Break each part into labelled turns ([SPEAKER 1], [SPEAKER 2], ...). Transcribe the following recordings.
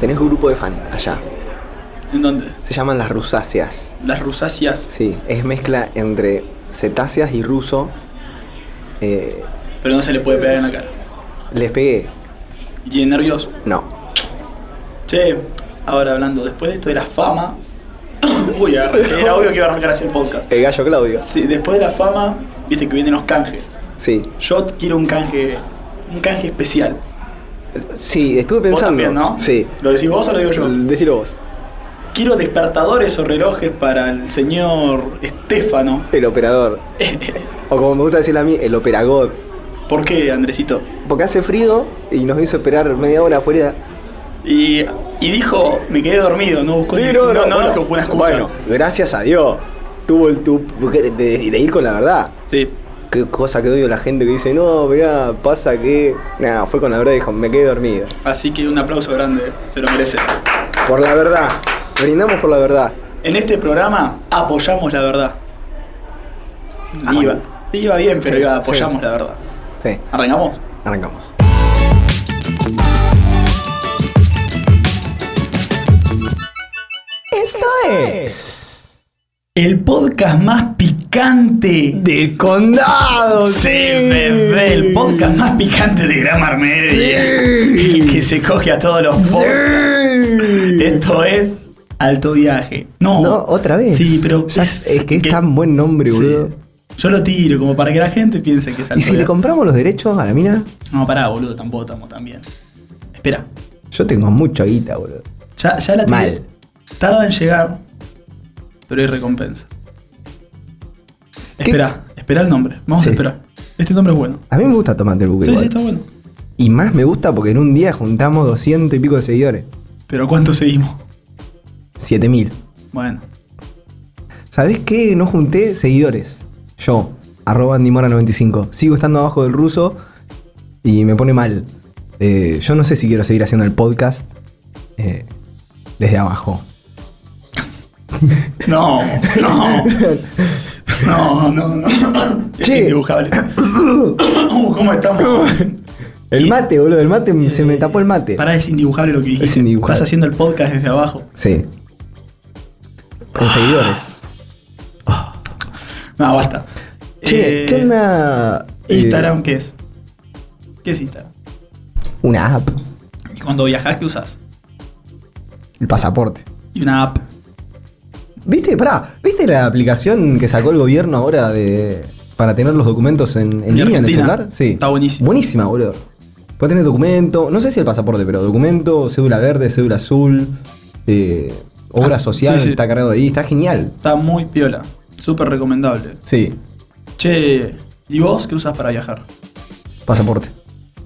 [SPEAKER 1] Tenés un grupo de fan allá.
[SPEAKER 2] ¿En dónde?
[SPEAKER 1] Se llaman las rusáceas.
[SPEAKER 2] Las rusáceas.
[SPEAKER 1] Sí, es mezcla entre cetáceas y ruso. Eh,
[SPEAKER 2] Pero no se le puede pegar en la cara.
[SPEAKER 1] les pegué.
[SPEAKER 2] Y tiene nervios.
[SPEAKER 1] No.
[SPEAKER 2] Che, ahora hablando, después de esto de la fama. Uy, agarré. Era obvio que iba a arrancar así el podcast.
[SPEAKER 1] El gallo Claudio.
[SPEAKER 2] Sí, después de la fama, viste que vienen los canjes.
[SPEAKER 1] Sí.
[SPEAKER 2] Yo quiero un canje. Un canje especial.
[SPEAKER 1] Sí, estuve
[SPEAKER 2] Vos
[SPEAKER 1] pensando.
[SPEAKER 2] también, ¿no?
[SPEAKER 1] Sí. Mm,
[SPEAKER 2] ¿Lo decís vos o lo digo yo?
[SPEAKER 1] Decilo vos.
[SPEAKER 2] Quiero despertadores o relojes para el señor Estefano.
[SPEAKER 1] El operador. O como me gusta decirle a mí, el operagod.
[SPEAKER 2] ¿Por qué, Andresito?
[SPEAKER 1] Porque hace frío y nos hizo esperar media hora afuera.
[SPEAKER 2] Y, y dijo, me quedé dormido, no buscó ni- no, no,
[SPEAKER 1] bueno,
[SPEAKER 2] buscó una excusa.
[SPEAKER 1] Bueno, gracias a Dios. Tuvo el tu de, de ir con la verdad.
[SPEAKER 2] Sí.
[SPEAKER 1] Qué cosa que odio la gente que dice, no, mirá, pasa que. Nada, fue con la verdad y dijo, me quedé dormido.
[SPEAKER 2] Así que un aplauso grande, se lo merece.
[SPEAKER 1] Por la verdad. Brindamos por la verdad.
[SPEAKER 2] En este programa apoyamos la verdad.
[SPEAKER 1] Ah,
[SPEAKER 2] Iba,
[SPEAKER 1] bueno.
[SPEAKER 2] iba bien, pero
[SPEAKER 1] Sí,
[SPEAKER 2] iba, apoyamos
[SPEAKER 1] sí.
[SPEAKER 2] la verdad.
[SPEAKER 1] Sí,
[SPEAKER 2] ¿Arrancamos?
[SPEAKER 1] arrancamos. Esto es.
[SPEAKER 2] El podcast más picante.
[SPEAKER 1] Del condado,
[SPEAKER 2] Sí, bebé, el podcast más picante de Grammar Media.
[SPEAKER 1] Sí.
[SPEAKER 2] El que se coge a todos los podcasts. Esto es Alto Viaje. No,
[SPEAKER 1] No, otra vez.
[SPEAKER 2] Sí, pero
[SPEAKER 1] Ya es, es que es tan buen nombre,
[SPEAKER 2] Sí.
[SPEAKER 1] boludo.
[SPEAKER 2] Yo lo tiro como para que la gente piense que es Alto
[SPEAKER 1] Y si le
[SPEAKER 2] Viaje.
[SPEAKER 1] compramos los derechos a la mina,
[SPEAKER 2] No, pará, boludo, tampoco estamos tan bien. Espera,
[SPEAKER 1] yo tengo mucha guita, boludo.
[SPEAKER 2] ya, ya la tiré.
[SPEAKER 1] Mal.
[SPEAKER 2] Tarda en llegar, pero hay recompensa. Espera, espera el nombre. Vamos
[SPEAKER 1] Sí.
[SPEAKER 2] a esperar. Este nombre es bueno.
[SPEAKER 1] A mí me gusta Tomate el Buque
[SPEAKER 2] Sí, sí,
[SPEAKER 1] igual.
[SPEAKER 2] está bueno.
[SPEAKER 1] Y más me gusta porque en un día juntamos 200 y pico de seguidores.
[SPEAKER 2] Pero ¿cuánto seguimos?
[SPEAKER 1] 7000.
[SPEAKER 2] Bueno,
[SPEAKER 1] ¿Sabés qué? No junté seguidores. Yo, arroba andimora95. Sigo estando abajo del ruso y me pone mal. Eh, yo no sé si quiero seguir haciendo el podcast eh, desde abajo.
[SPEAKER 2] no, no, no, no, no. Es
[SPEAKER 1] Che.
[SPEAKER 2] indibujable. Uh, ¿Cómo estamos?
[SPEAKER 1] El
[SPEAKER 2] Y-
[SPEAKER 1] mate, boludo, el mate se me tapó el mate.
[SPEAKER 2] Pará, es indibujable lo que dijiste.
[SPEAKER 1] indibujable.
[SPEAKER 2] Estás haciendo el podcast desde abajo.
[SPEAKER 1] Sí. En seguidores.
[SPEAKER 2] Ah, No, basta.
[SPEAKER 1] Che,
[SPEAKER 2] Eh,
[SPEAKER 1] ¿qué onda? eh,
[SPEAKER 2] Instagram, ¿qué es? ¿Qué es Instagram?
[SPEAKER 1] una app.
[SPEAKER 2] Y cuando viajas, ¿qué usas?
[SPEAKER 1] El pasaporte.
[SPEAKER 2] Y una app.
[SPEAKER 1] ¿Viste? Pará, ¿viste la aplicación que sacó el gobierno ahora de. para tener los documentos en, en línea
[SPEAKER 2] De
[SPEAKER 1] en el
[SPEAKER 2] Argentina.
[SPEAKER 1] celular? Sí.
[SPEAKER 2] Está buenísimo.
[SPEAKER 1] Buenísima, boludo. Puedes tener documento, no sé si el pasaporte, pero documento, cédula verde, cédula azul, eh, obra
[SPEAKER 2] Ah,
[SPEAKER 1] social,
[SPEAKER 2] sí, sí.
[SPEAKER 1] está cargado ahí, está genial.
[SPEAKER 2] Está muy piola. Súper recomendable.
[SPEAKER 1] Sí,
[SPEAKER 2] Che, ¿y vos qué usas para viajar?
[SPEAKER 1] pasaporte.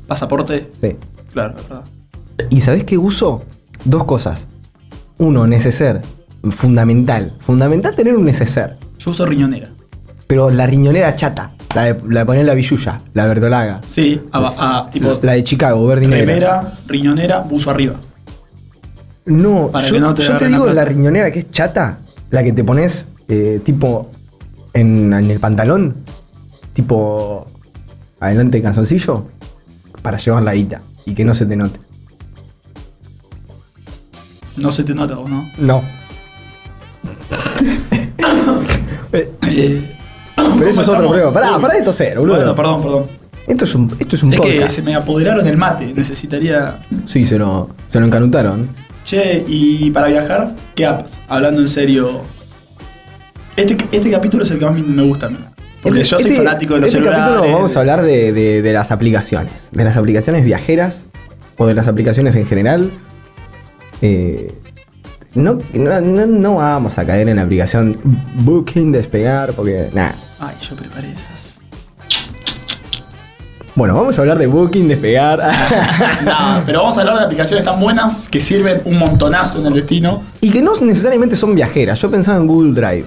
[SPEAKER 2] ¿Pasaporte?
[SPEAKER 1] Sí.
[SPEAKER 2] Claro, es verdad.
[SPEAKER 1] ¿Y sabés qué uso? Dos cosas. Uno, neceser. Fundamental. Fundamental tener un neceser.
[SPEAKER 2] Yo uso riñonera.
[SPEAKER 1] Pero la riñonera chata. La de, la de poner la villuya, la verdolaga.
[SPEAKER 2] Sí, a, a- tipo
[SPEAKER 1] La de Chicago, verde y negra.
[SPEAKER 2] remera, riñonera, buzo arriba.
[SPEAKER 1] No,
[SPEAKER 2] para
[SPEAKER 1] yo,
[SPEAKER 2] que no te
[SPEAKER 1] yo te
[SPEAKER 2] agarren la
[SPEAKER 1] digo la
[SPEAKER 2] plata.
[SPEAKER 1] riñonera que es chata. La que te pones eh, tipo en, en el pantalón. Tipo adelante el calzoncillo. Para llevar la guita. Y que no se te note.
[SPEAKER 2] No se te nota vos, ¿no?
[SPEAKER 1] No. Eh,
[SPEAKER 2] Eh, ¿cómo
[SPEAKER 1] Pero eso es otro
[SPEAKER 2] estamos?
[SPEAKER 1] problema. Pará,
[SPEAKER 2] Uy.
[SPEAKER 1] pará de toser, boludo.
[SPEAKER 2] Bueno, perdón, perdón.
[SPEAKER 1] Esto es un, esto es un
[SPEAKER 2] es que
[SPEAKER 1] podcast.
[SPEAKER 2] se me apoderaron el mate. Necesitaría
[SPEAKER 1] Sí, se lo, se lo encanutaron.
[SPEAKER 2] Che, y para viajar, ¿qué apps? Hablando en serio. Este, este capítulo es el que más me gusta a mí. Porque
[SPEAKER 1] Este-
[SPEAKER 2] yo soy
[SPEAKER 1] este-
[SPEAKER 2] fanático de los
[SPEAKER 1] este
[SPEAKER 2] celulares.
[SPEAKER 1] capítulo vamos
[SPEAKER 2] de-
[SPEAKER 1] a hablar de, de- de las aplicaciones. De las aplicaciones viajeras o de las aplicaciones en general. Eh, no, no, no- no vamos a caer en la aplicación Booking, despegar, porque nada.
[SPEAKER 2] Ay, yo preparé esas.
[SPEAKER 1] Bueno, vamos a hablar de Booking, despegar.
[SPEAKER 2] no, pero vamos a hablar de aplicaciones tan buenas que sirven un montonazo en el destino.
[SPEAKER 1] y que no necesariamente son viajeras. Yo pensaba en Google Drive.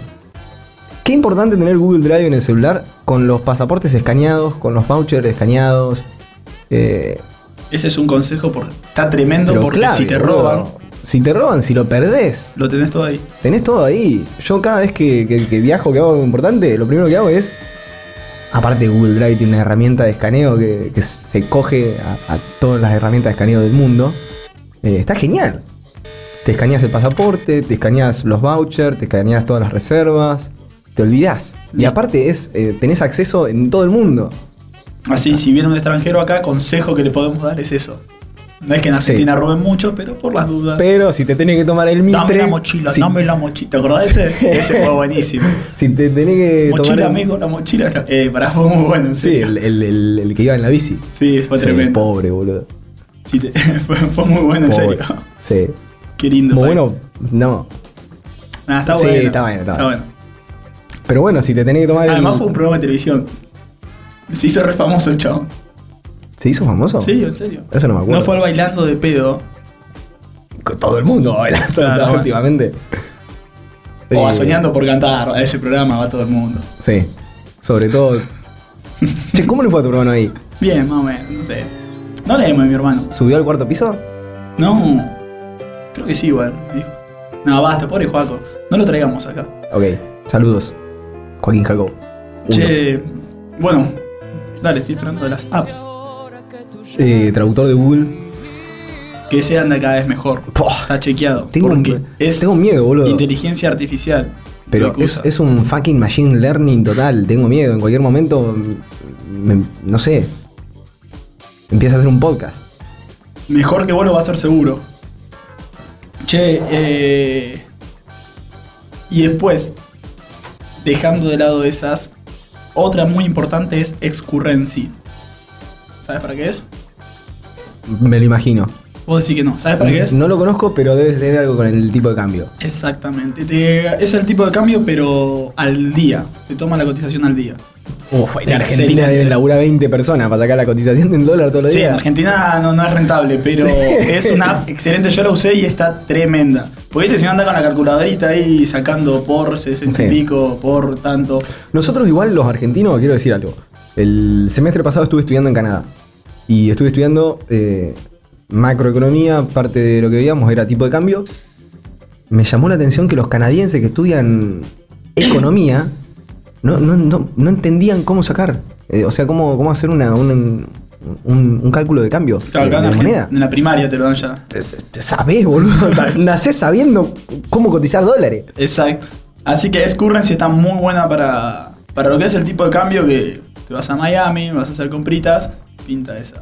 [SPEAKER 1] Qué importante tener Google Drive en el celular con los pasaportes escaneados, con los vouchers escaneados. Eh,
[SPEAKER 2] Ese es un consejo por está tremendo
[SPEAKER 1] pero
[SPEAKER 2] porque
[SPEAKER 1] clave,
[SPEAKER 2] si te
[SPEAKER 1] boludo.
[SPEAKER 2] roban,
[SPEAKER 1] Si te roban, si lo perdés,
[SPEAKER 2] lo tenés todo ahí.
[SPEAKER 1] tenés todo ahí. Yo cada vez que, que- que viajo, que hago algo importante, lo primero que hago es. Aparte, Google Drive tiene una herramienta de escaneo que, que se coge a, a todas las herramientas de escaneo del mundo. Eh, está genial. Te escaneas el pasaporte, te escaneas los vouchers, te escaneas todas las reservas, te olvidás. Y
[SPEAKER 2] Li-
[SPEAKER 1] aparte es, eh, tenés acceso en todo el mundo.
[SPEAKER 2] Así, si viene un extranjero acá, consejo que le podemos dar es eso. No es que en Argentina roben mucho, pero por las dudas.
[SPEAKER 1] Pero si te tenés que tomar el mitre.
[SPEAKER 2] Dame la mochila,
[SPEAKER 1] si,
[SPEAKER 2] dame la mochila. ¿Te acordás de ese? Ese fue buenísimo.
[SPEAKER 1] si te tenés que tomar.
[SPEAKER 2] Mochila,
[SPEAKER 1] el-
[SPEAKER 2] amigo, la mochila. no. Eh, pará, fue muy bueno, en
[SPEAKER 1] Sí,
[SPEAKER 2] serio.
[SPEAKER 1] el, el- el- el que iba en la bici.
[SPEAKER 2] Sí, fue
[SPEAKER 1] Sí,
[SPEAKER 2] tremendo.
[SPEAKER 1] pobre, boludo.
[SPEAKER 2] Sí, te- fue, fue muy bueno, en
[SPEAKER 1] Pobre.
[SPEAKER 2] serio.
[SPEAKER 1] Sí.
[SPEAKER 2] Qué lindo.
[SPEAKER 1] Como
[SPEAKER 2] país.
[SPEAKER 1] bueno, no.
[SPEAKER 2] Nah, está
[SPEAKER 1] Sí,
[SPEAKER 2] bueno.
[SPEAKER 1] está bueno, está bueno. Pero bueno, si te tenés que tomar el.
[SPEAKER 2] Además fue un programa de televisión. Se hizo re famoso el chabón.
[SPEAKER 1] ¿Se hizo famoso?
[SPEAKER 2] Sí, en serio.
[SPEAKER 1] Eso no me Oh. acuerdo.
[SPEAKER 2] No fue al bailando de pedo.
[SPEAKER 1] Con todo el mundo bailando
[SPEAKER 2] Claro,
[SPEAKER 1] ¿no?
[SPEAKER 2] bueno.
[SPEAKER 1] últimamente.
[SPEAKER 2] O a
[SPEAKER 1] Sí.
[SPEAKER 2] soñando por cantar. A ese programa va todo el mundo.
[SPEAKER 1] Sí. Sobre todo. che, ¿cómo le fue a tu hermano ahí?
[SPEAKER 2] Bien, más o menos, no sé. No le demos a mi hermano.
[SPEAKER 1] ¿Subió al cuarto piso?
[SPEAKER 2] No. Creo que sí, igual. dijo. No, basta, pobre Juaco. No lo traigamos acá.
[SPEAKER 1] Ok. Saludos. Joaquín Jacob. Uno.
[SPEAKER 2] Che. Bueno. Dale, estoy esperando las apps.
[SPEAKER 1] Eh, traductor de Google.
[SPEAKER 2] Que se anda cada vez mejor.
[SPEAKER 1] Poh.
[SPEAKER 2] Está chequeado.
[SPEAKER 1] Tengo, un-
[SPEAKER 2] porque es
[SPEAKER 1] tengo miedo, boludo.
[SPEAKER 2] inteligencia artificial.
[SPEAKER 1] Pero
[SPEAKER 2] lo que
[SPEAKER 1] es,
[SPEAKER 2] usa.
[SPEAKER 1] es un fucking machine learning total. Tengo miedo. En cualquier momento. me- no sé. Empieza a hacer un podcast.
[SPEAKER 2] Mejor que vos lo va a ser seguro. Che, eh, Y después, dejando de lado esas, otra muy importante es Excurrency. ¿Sabes para qué es?
[SPEAKER 1] Me lo imagino.
[SPEAKER 2] Vos decís que no. ¿Sabes para qué es?
[SPEAKER 1] No lo conozco, pero debe tener algo con el tipo de cambio.
[SPEAKER 2] Exactamente. Te- es el tipo de cambio, pero al día. Te toma la cotización al día.
[SPEAKER 1] Uf, en
[SPEAKER 2] Excelente.
[SPEAKER 1] Argentina deben laburar 20 personas para sacar la cotización en dólar todos los
[SPEAKER 2] Sí, en
[SPEAKER 1] días.
[SPEAKER 2] Argentina no, no es rentable, pero es una app excelente. Yo la usé y está tremenda. Porque te si no anda con la calculadorita ahí sacando por 60 y
[SPEAKER 1] Sí.
[SPEAKER 2] pico, por tanto.
[SPEAKER 1] Nosotros igual los argentinos, quiero decir algo. El semestre pasado estuve estudiando en Canadá. Y estuve estudiando eh, macroeconomía, parte de lo que veíamos era tipo de cambio. Me llamó la atención que los canadienses que estudian economía no, no, no, no entendían cómo sacar, eh, o sea, cómo, cómo hacer una, un, un- un cálculo de cambio
[SPEAKER 2] Claro,
[SPEAKER 1] de,
[SPEAKER 2] acá en,
[SPEAKER 1] de
[SPEAKER 2] Argen-
[SPEAKER 1] moneda.
[SPEAKER 2] en la primaria te lo dan ya.
[SPEAKER 1] Sabés, boludo. O sea, Nacés sabiendo cómo cotizar dólares.
[SPEAKER 2] Exacto. Así que es currency está muy buena para, para lo que es el tipo de cambio que te vas a Miami, vas a hacer compritas, pinta esa.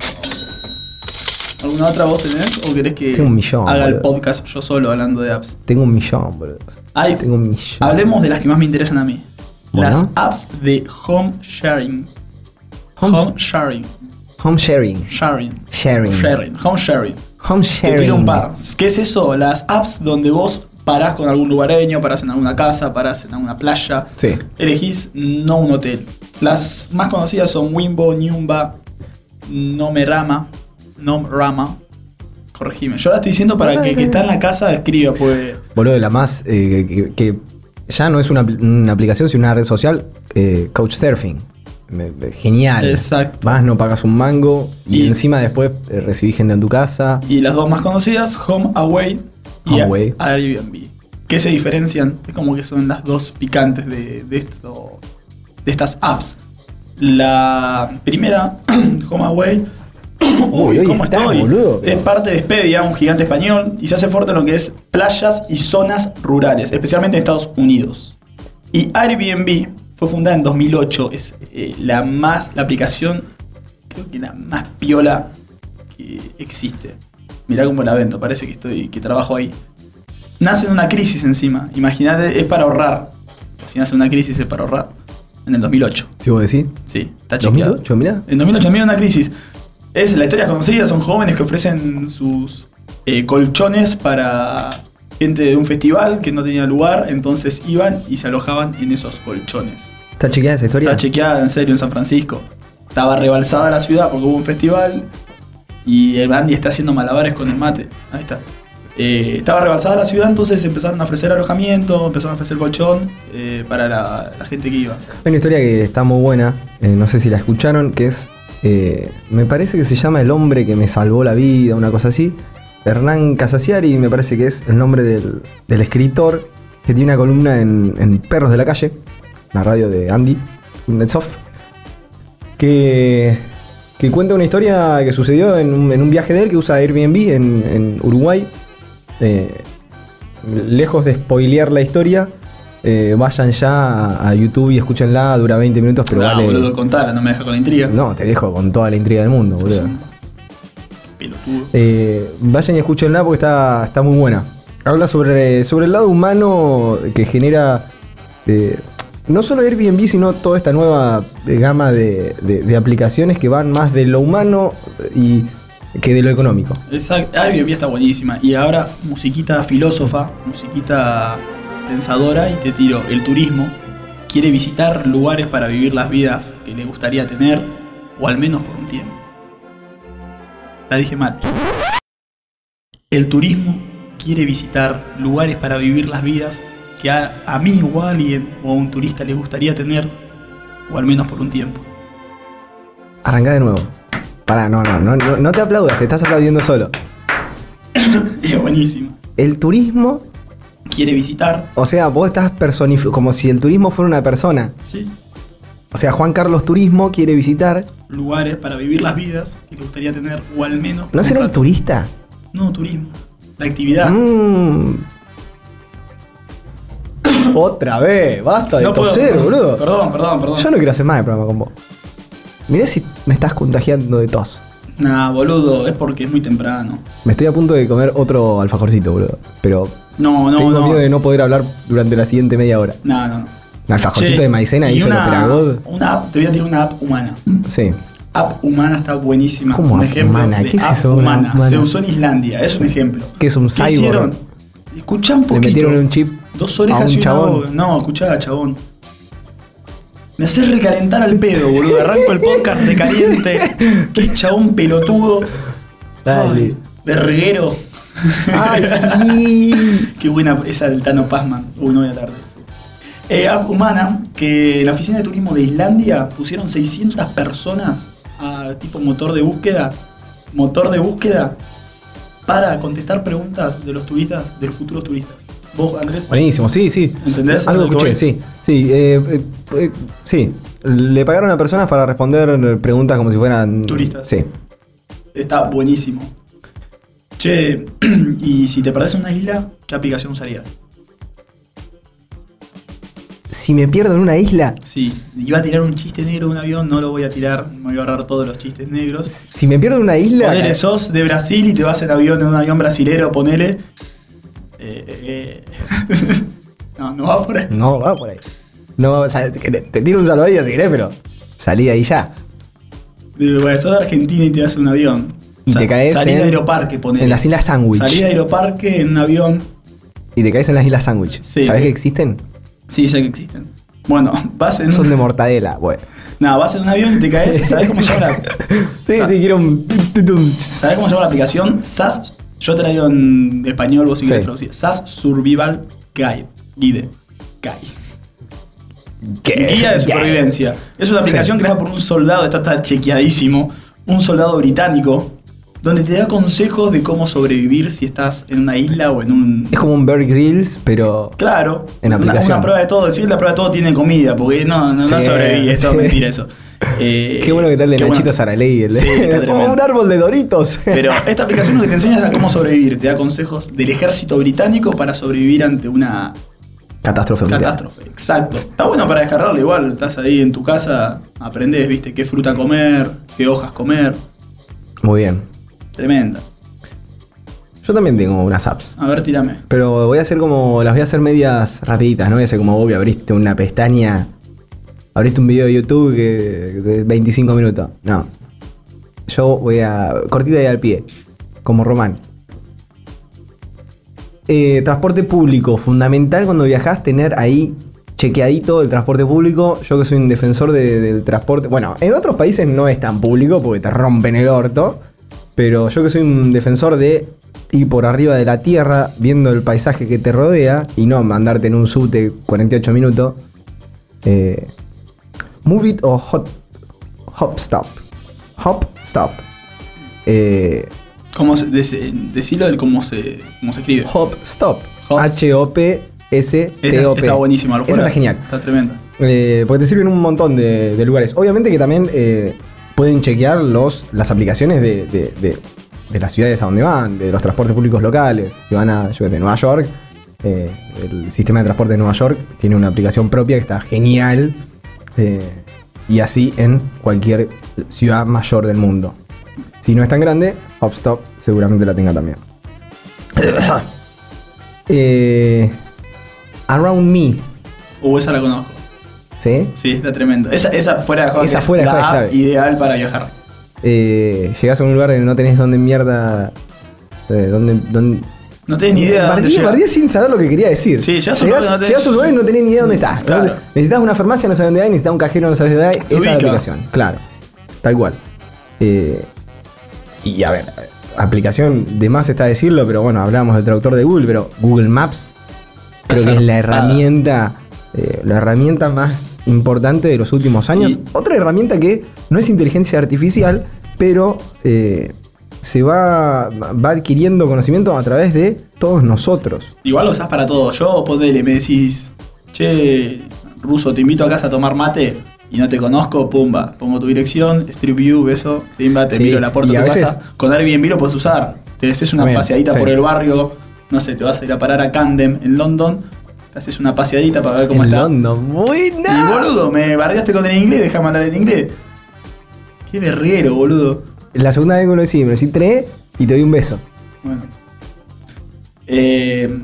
[SPEAKER 2] ¿Alguna otra vos tenés o querés que
[SPEAKER 1] Tengo un millón,
[SPEAKER 2] haga el
[SPEAKER 1] boludo.
[SPEAKER 2] podcast yo solo hablando de apps?
[SPEAKER 1] Tengo un millón, boludo.
[SPEAKER 2] Ay,
[SPEAKER 1] Tengo un millón.
[SPEAKER 2] Hablemos de las que más me interesan a mí. Las
[SPEAKER 1] Bueno.
[SPEAKER 2] apps de home sharing. Home,
[SPEAKER 1] Home-
[SPEAKER 2] sharing.
[SPEAKER 1] Home sharing.
[SPEAKER 2] Sharing.
[SPEAKER 1] Sharing.
[SPEAKER 2] Sharing. Home sharing.
[SPEAKER 1] Home
[SPEAKER 2] Te
[SPEAKER 1] sharing.
[SPEAKER 2] tiro un par. ¿Qué es eso? Las apps donde vos parás con algún lugareño, parás en alguna casa, parás en alguna playa.
[SPEAKER 1] Sí.
[SPEAKER 2] Elegís no un hotel. Las más conocidas son Wimbo, Niumba, Nomerama, Nomrama. Corregime. Yo la estoy diciendo para que el que está en la casa escriba, pues.
[SPEAKER 1] Boludo, la más. eh, que, que ya no es una, apl- una aplicación, sino una red social. eh, Couchsurfing. Me- me- Genial.
[SPEAKER 2] Exacto.
[SPEAKER 1] Vas, no pagas un mango. Y,
[SPEAKER 2] Y-
[SPEAKER 1] encima después eh, recibís gente en tu casa.
[SPEAKER 2] Y las dos más conocidas, Home Away y
[SPEAKER 1] Home Away.
[SPEAKER 2] Airbnb. ¿Qué se diferencian? Es como que son las dos picantes de, de esto, de estas apps. La primera, Home Away.
[SPEAKER 1] Uy, hoy está, boludo, pero-
[SPEAKER 2] Es parte de Expedia, un gigante español, y se hace fuerte en lo que es playas y zonas rurales, especialmente en Estados Unidos. Y Airbnb fue fundada en 2008, es eh, la más, la aplicación, creo que la más piola que existe. Mirá cómo la vendo, parece que estoy, que trabajo ahí. Nace en una crisis encima, imagínate, es para ahorrar. Si nace en una crisis es para ahorrar. En el 2008,
[SPEAKER 1] Si vos decís.
[SPEAKER 2] sí, está chequeado.
[SPEAKER 1] 2008, mirá.
[SPEAKER 2] En 2008 en medio de una crisis. Es la historia conocida, son jóvenes que ofrecen sus eh, colchones para gente de un festival que no tenía lugar, entonces iban y se alojaban en esos colchones.
[SPEAKER 1] ¿Está chequeada esa historia?
[SPEAKER 2] Está chequeada en serio en San Francisco. Estaba rebalsada la ciudad porque hubo un festival y el Bandy está haciendo malabares con el mate. Ahí está. Eh, estaba rebalsada la ciudad, entonces empezaron a ofrecer alojamiento, empezaron a ofrecer colchón eh, para la, la gente que iba.
[SPEAKER 1] Hay una historia que está muy buena, eh, no sé si la escucharon, que es, eh, me parece que se llama El hombre que me salvó la vida, una cosa así. Hernán Casasiari, me parece que es el nombre del, del escritor, que tiene una columna en, en Perros de la Calle, la radio de Andy Kuznetsov, que, que cuenta una historia que sucedió en un, en un viaje de él que usa Airbnb en, en Uruguay. eh, lejos de spoilear la historia, eh, vayan ya a, a YouTube y escúchenla, dura 20 minutos, pero
[SPEAKER 2] no,
[SPEAKER 1] vale.
[SPEAKER 2] Ah, boludo, contala, no me deja con la intriga.
[SPEAKER 1] No, te dejo con toda la intriga del mundo,
[SPEAKER 2] Sos
[SPEAKER 1] boludo.
[SPEAKER 2] un Pelotudo.
[SPEAKER 1] Eh, vayan y escúchenla porque está, está muy buena. Habla sobre, sobre el lado humano que genera eh, no solo Airbnb, sino toda esta nueva eh, gama de, de- de aplicaciones que van más de lo humano eh, y que de lo económico.
[SPEAKER 2] Exacto, Airbnb está buenísima. Y ahora, musiquita filósofa, musiquita pensadora, y te tiro el turismo. Quiere visitar lugares para vivir las vidas que le gustaría tener, o al menos por un tiempo. La dije mal. El turismo quiere visitar lugares para vivir las vidas que a, a mí o a alguien o a un turista le gustaría tener, o al menos por un tiempo.
[SPEAKER 1] Arrancá de nuevo. Pará, no, no, no, no, no te aplaudas, te estás aplaudiendo solo.
[SPEAKER 2] Es buenísimo.
[SPEAKER 1] El turismo,
[SPEAKER 2] Quiere visitar,
[SPEAKER 1] o sea, vos estás personificando, como si el turismo fuera una persona.
[SPEAKER 2] sí,
[SPEAKER 1] O sea, Juan Carlos Turismo quiere visitar.
[SPEAKER 2] lugares para vivir las vidas que le gustaría tener, o al menos.
[SPEAKER 1] ¿No
[SPEAKER 2] un
[SPEAKER 1] será el
[SPEAKER 2] rato.
[SPEAKER 1] turista?
[SPEAKER 2] No, turismo. La actividad.
[SPEAKER 1] Mm. Otra vez, basta de
[SPEAKER 2] no puedo-
[SPEAKER 1] toser, boludo.
[SPEAKER 2] Perdón, perdón, perdón.
[SPEAKER 1] Yo no quiero hacer más de programa con vos. Mirá si me estás contagiando de tos.
[SPEAKER 2] Nah, boludo, es porque es muy temprano.
[SPEAKER 1] Me estoy a punto de comer otro alfajorcito, boludo. Pero
[SPEAKER 2] No, no,
[SPEAKER 1] tengo
[SPEAKER 2] no.
[SPEAKER 1] miedo de no poder hablar durante la siguiente media hora.
[SPEAKER 2] Nah, no, no.
[SPEAKER 1] Un alfajorcito
[SPEAKER 2] Che,
[SPEAKER 1] de maicena
[SPEAKER 2] y
[SPEAKER 1] hizo el
[SPEAKER 2] una-
[SPEAKER 1] operagod.
[SPEAKER 2] Una app, te voy a tirar una app humana.
[SPEAKER 1] Sí.
[SPEAKER 2] App humana está buenísima.
[SPEAKER 1] ¿Cómo
[SPEAKER 2] un
[SPEAKER 1] app
[SPEAKER 2] ejemplo
[SPEAKER 1] humana?
[SPEAKER 2] de
[SPEAKER 1] ¿Qué es
[SPEAKER 2] app
[SPEAKER 1] eso, una
[SPEAKER 2] humana.
[SPEAKER 1] app humana?
[SPEAKER 2] Se usó en Islandia, es un ejemplo.
[SPEAKER 1] ¿Qué es un cyborg?
[SPEAKER 2] hicieron? Escuchá un
[SPEAKER 1] Le
[SPEAKER 2] poquito.
[SPEAKER 1] metieron un chip.
[SPEAKER 2] Dos
[SPEAKER 1] a
[SPEAKER 2] orejas
[SPEAKER 1] un
[SPEAKER 2] y una
[SPEAKER 1] chabón.
[SPEAKER 2] boca. No, escuchá, chabón. Me hace recalentar al pedo, boludo. Arranco el podcast recaliente. Qué chabón pelotudo.
[SPEAKER 1] Dale.
[SPEAKER 2] Ay, Verguero.
[SPEAKER 1] Ay,
[SPEAKER 2] Qué buena esa del Tano Pazman. Uy, no voy a tarde. Eh, app humana, que en la oficina de turismo de Islandia pusieron 600 personas a tipo motor de búsqueda, motor de búsqueda para contestar preguntas de los turistas, de los futuros turistas. Vos, Andrés,
[SPEAKER 1] Buenísimo, sí, sí.
[SPEAKER 2] ¿Entendés?
[SPEAKER 1] Algo
[SPEAKER 2] Lo que
[SPEAKER 1] escuché,
[SPEAKER 2] voy.
[SPEAKER 1] sí. Sí, eh, eh, eh, sí. Le pagaron a personas para responder preguntas como si fueran.
[SPEAKER 2] Turistas.
[SPEAKER 1] Sí.
[SPEAKER 2] está buenísimo. Che, y si te perdés en una isla, ¿qué aplicación usarías?
[SPEAKER 1] Si me pierdo en una isla,
[SPEAKER 2] Sí, iba a tirar un chiste negro de un avión, no lo voy a tirar, me voy a ahorrar todos los chistes negros.
[SPEAKER 1] si me pierdo en una isla.
[SPEAKER 2] Ponele, sos de Brasil y te vas en avión, en un avión brasilero, ponele. Eh, eh, eh. no, no va por ahí.
[SPEAKER 1] No, va por ahí. No, o sea, que te te tiro un salvadilla si querés, pero salí de ahí ya.
[SPEAKER 2] Eh, Bueno, sos de Argentina y te vas en un avión.
[SPEAKER 1] Y te caes
[SPEAKER 2] Salís de
[SPEAKER 1] en-
[SPEAKER 2] Aeroparque, ponele.
[SPEAKER 1] en las Islas Sandwich.
[SPEAKER 2] Salís de Aeroparque en un avión.
[SPEAKER 1] Y te caes en las islas sándwich.
[SPEAKER 2] Sí.
[SPEAKER 1] ¿Sabés que existen?
[SPEAKER 2] Sí, sé que existen. Bueno, vas en,
[SPEAKER 1] Son de mortadela, bueno.
[SPEAKER 2] nada, vas en un avión y te caes. ¿Sabés cómo se llama la,
[SPEAKER 1] Sí, sí, quiero un.
[SPEAKER 2] ¿sabés cómo se llama la aplicación? SAS. Yo te la digo en español, vos si
[SPEAKER 1] Sí.
[SPEAKER 2] querés traducir. SAS Survival Guide. Guide. Guide. Guía de supervivencia. Es una aplicación creada por un soldado, está, está chequeadísimo, un soldado británico, donde te da consejos de cómo sobrevivir si estás en una isla o en un...
[SPEAKER 1] Es como un Bear Grylls, pero.
[SPEAKER 2] Claro,
[SPEAKER 1] En
[SPEAKER 2] una-
[SPEAKER 1] aplicación.
[SPEAKER 2] Una, prueba de todo. Si es la prueba de todo, tiene comida, porque no, no, no
[SPEAKER 1] Sí.
[SPEAKER 2] sobreviví, es todo mentira eso. Eh,
[SPEAKER 1] Qué bueno que tal de
[SPEAKER 2] qué bueno.
[SPEAKER 1] Nachito Saraley. el-
[SPEAKER 2] Sí, está
[SPEAKER 1] como
[SPEAKER 2] tremendo.
[SPEAKER 1] un árbol de doritos.
[SPEAKER 2] Pero esta aplicación lo que te enseña es a cómo sobrevivir, te da consejos del ejército británico para sobrevivir ante una
[SPEAKER 1] Catástrofe. mundial.
[SPEAKER 2] Catástrofe, exacto. Está bueno para descargarlo igual, estás ahí en tu casa, aprendés, viste, qué fruta comer, qué hojas comer.
[SPEAKER 1] Muy bien.
[SPEAKER 2] Tremenda.
[SPEAKER 1] Yo también tengo unas apps.
[SPEAKER 2] A ver, tirame.
[SPEAKER 1] Pero voy a hacer como. Las voy a hacer medias rapiditas, ¿no? Voy a hacer como Bobby, abriste una pestaña. Abriste un video de YouTube que. de 25 minutos. No. Yo voy a. cortita y al pie. Como Román. Eh, transporte público. Fundamental cuando viajás tener ahí chequeadito el transporte público. Yo que soy un defensor de- del transporte. Bueno, en otros países no es tan público porque te rompen el orto. Pero yo que soy un defensor de ir por arriba de la tierra viendo el paisaje que te rodea y no mandarte en un subte 48 minutos. Eh, move it o hot, hop stop. Hop stop. Eh,
[SPEAKER 2] ¿Cómo se, dec- decilo el cómo se, cómo se escribe.
[SPEAKER 1] Hop Stop.
[SPEAKER 2] Hop. Esa
[SPEAKER 1] H-O-P-S-T-O-P.
[SPEAKER 2] está buenísima, lo
[SPEAKER 1] Esa
[SPEAKER 2] fuera.
[SPEAKER 1] está genial.
[SPEAKER 2] Está tremenda.
[SPEAKER 1] Eh, porque te sirven un montón de, de lugares. Obviamente que también eh, pueden chequear los, las aplicaciones de, de- de- de las ciudades a donde van, de los transportes públicos locales. Si van a yo qué sé, Nueva York, eh, el sistema de transporte de Nueva York tiene una aplicación propia que está genial. eh, y así en cualquier ciudad mayor del mundo. Si no es tan grande, Hopstop seguramente la tenga también. Eh, Around Me,
[SPEAKER 2] Uh, esa la conozco.
[SPEAKER 1] ¿sí?
[SPEAKER 2] Sí, está tremendo. Esa, esa fuera de juego
[SPEAKER 1] Esa
[SPEAKER 2] que es
[SPEAKER 1] fuera de
[SPEAKER 2] la
[SPEAKER 1] juego es
[SPEAKER 2] app
[SPEAKER 1] clave.
[SPEAKER 2] ideal para viajar.
[SPEAKER 1] Eh, llegás a un lugar donde no tenés dónde mierda. eh, dónde, dónde-
[SPEAKER 2] No tenés ni idea de dónde
[SPEAKER 1] Partí,
[SPEAKER 2] llega.
[SPEAKER 1] partí sin saber lo que quería decir.
[SPEAKER 2] Sí, llegás a
[SPEAKER 1] llegás,
[SPEAKER 2] un lugar donde no tenés-
[SPEAKER 1] llegás a un lugar y no tenés ni idea dónde estás.
[SPEAKER 2] Claro.
[SPEAKER 1] Necesitas Necesitas una farmacia, no sabes dónde hay. Necesitas un cajero, no sabes dónde hay. Esta es la
[SPEAKER 2] ubica.
[SPEAKER 1] aplicación, claro. Tal cual. Eh, y a ver, aplicación de más está decirlo, pero bueno, hablábamos del traductor de Google, pero Google Maps creo que es la
[SPEAKER 2] Zarpada.
[SPEAKER 1] herramienta, eh, la herramienta más importante de los últimos años.
[SPEAKER 2] Y-
[SPEAKER 1] Otra herramienta que no es inteligencia artificial, pero eh, se va, va adquiriendo conocimiento a través de todos nosotros.
[SPEAKER 2] Igual lo usás para todo. Yo, ponele, me decís, che, ruso, te invito a casa a tomar mate y no te conozco, pumba. Pongo tu dirección, Street View, beso, pimba, te
[SPEAKER 1] Sí,
[SPEAKER 2] miro la puerta
[SPEAKER 1] y
[SPEAKER 2] de
[SPEAKER 1] a
[SPEAKER 2] tu
[SPEAKER 1] veces-
[SPEAKER 2] casa. Con Airbnb lo puedes usar. Te haces una
[SPEAKER 1] Bueno,
[SPEAKER 2] paseadita
[SPEAKER 1] sí.
[SPEAKER 2] por el barrio, no sé, te vas a ir a parar a Camden en London, te haces una paseadita para ver cómo
[SPEAKER 1] En
[SPEAKER 2] está.
[SPEAKER 1] London, buena.
[SPEAKER 2] Y boludo, me bardeaste con el inglés, deja mandar el inglés. Qué berrero, boludo.
[SPEAKER 1] La segunda vez que me lo decís, me lo decís tres y te doy un beso.
[SPEAKER 2] Bueno. Eh,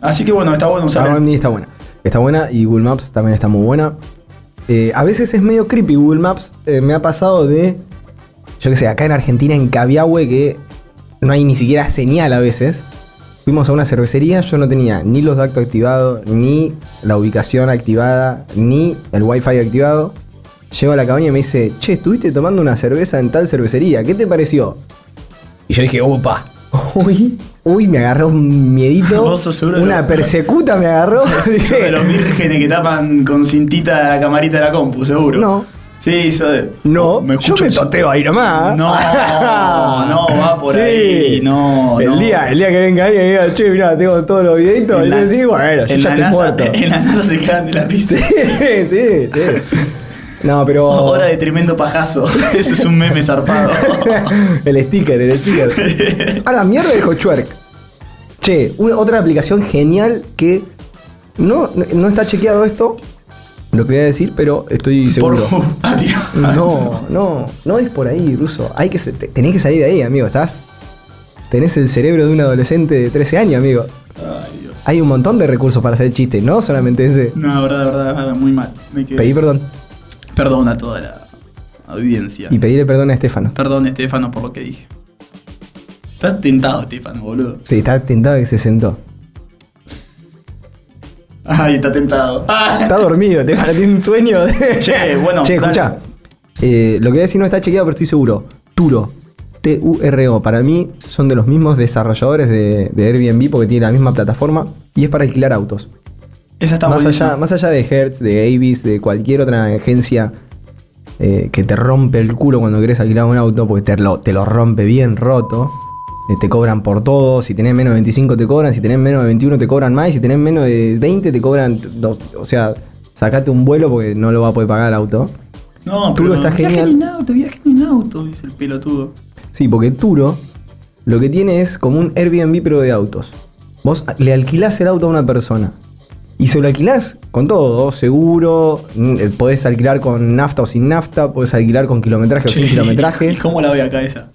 [SPEAKER 2] así que bueno, está bueno usar.
[SPEAKER 1] Around
[SPEAKER 2] el-
[SPEAKER 1] Me está buena. Está buena y Google Maps también está muy buena. Eh, a veces es medio creepy Google Maps. eh, me ha pasado de. Yo qué sé, acá en Argentina, en Cabiahue, que no hay ni siquiera señal a veces. Fuimos a una cervecería, yo no tenía ni los datos activados, ni la ubicación activada, ni el wifi activado. Llego a la cabaña y me dice, che, estuviste tomando una cerveza en tal cervecería, ¿qué te pareció? Y yo dije, opa. Uy, uy, me agarró un miedito.
[SPEAKER 2] Vos sos seguro de
[SPEAKER 1] Una
[SPEAKER 2] lo-
[SPEAKER 1] persecuta me agarró.
[SPEAKER 2] Sos
[SPEAKER 1] Dije,
[SPEAKER 2] de los vírgenes que tapan con cintita la camarita de la compu, seguro.
[SPEAKER 1] No.
[SPEAKER 2] Sí, sos de-
[SPEAKER 1] No, yo
[SPEAKER 2] Oh, escucho-
[SPEAKER 1] me toteo ahí nomás.
[SPEAKER 2] No, no, va por ahí, no,
[SPEAKER 1] el
[SPEAKER 2] no.
[SPEAKER 1] Día, el día que venga alguien y diga, che, mirá, tengo todos los videitos.
[SPEAKER 2] En
[SPEAKER 1] Y yo
[SPEAKER 2] la-
[SPEAKER 1] decís, bueno, yo
[SPEAKER 2] en
[SPEAKER 1] ya
[SPEAKER 2] la
[SPEAKER 1] estoy
[SPEAKER 2] NASA-
[SPEAKER 1] muerto.
[SPEAKER 2] En la NASA se cagan de la risa.
[SPEAKER 1] Sí, Oh. sí, sí. No, pero.
[SPEAKER 2] Hora de tremendo pajazo. Eso es un meme zarpado.
[SPEAKER 1] el sticker, el sticker. A la mierda de Chwerk. Che, una- otra aplicación genial que no, no está chequeado esto, lo que voy a decir, pero estoy seguro.
[SPEAKER 2] Por- Ah, tío. Ah,
[SPEAKER 1] No, no, no es por ahí, ruso. Hay que, se- te- tenés que salir de ahí, amigo. Estás. Tenés el cerebro de un adolescente de 13 años, amigo.
[SPEAKER 2] Ay, Dios.
[SPEAKER 1] Hay un montón de recursos para hacer chistes, no solamente ese.
[SPEAKER 2] No, verdad, verdad, verdad, muy mal. Me quedé.
[SPEAKER 1] Pedí perdón.
[SPEAKER 2] Perdón a toda la audiencia.
[SPEAKER 1] Y pedirle perdón a Estefano.
[SPEAKER 2] Perdón, Estefano, por lo que dije. Estás tentado, Estefano, boludo.
[SPEAKER 1] Sí, está tentado que se sentó.
[SPEAKER 2] Ay, está tentado. Ah.
[SPEAKER 1] Está dormido, te tiene un sueño.
[SPEAKER 2] Che, bueno,
[SPEAKER 1] Che,
[SPEAKER 2] dale.
[SPEAKER 1] escuchá. Eh, lo que voy a decir no está chequeado, pero estoy seguro. Turo. T-U-R-O. Para mí son de los mismos desarrolladores de, de Airbnb porque tienen la misma plataforma y es para alquilar autos.
[SPEAKER 2] Esa está
[SPEAKER 1] Más
[SPEAKER 2] buenísima.
[SPEAKER 1] allá, más allá de Hertz, de Avis, de cualquier otra agencia eh, que te rompe el culo cuando querés alquilar un auto porque te lo, te lo rompe bien roto. eh, te cobran por todo. Si tenés menos de 25 te cobran. Si tenés menos de 21 te cobran más. y Si tenés menos de 20 te cobran... dos- o sea, sacate un vuelo porque no lo va a poder pagar el auto.
[SPEAKER 2] No,
[SPEAKER 1] Turo
[SPEAKER 2] pero
[SPEAKER 1] está
[SPEAKER 2] viajen
[SPEAKER 1] genial.
[SPEAKER 2] en auto, viajen en auto, dice el pelotudo.
[SPEAKER 1] Sí, porque Turo lo que tiene es como un Airbnb pero de autos. Vos le alquilás el auto a una persona. Y se lo alquilás con todo, seguro, mm, eh, podés alquilar con nafta o sin nafta, podés alquilar con kilometraje o sin
[SPEAKER 2] Che, ¿y
[SPEAKER 1] kilometraje.
[SPEAKER 2] ¿Cómo la voy acá esa?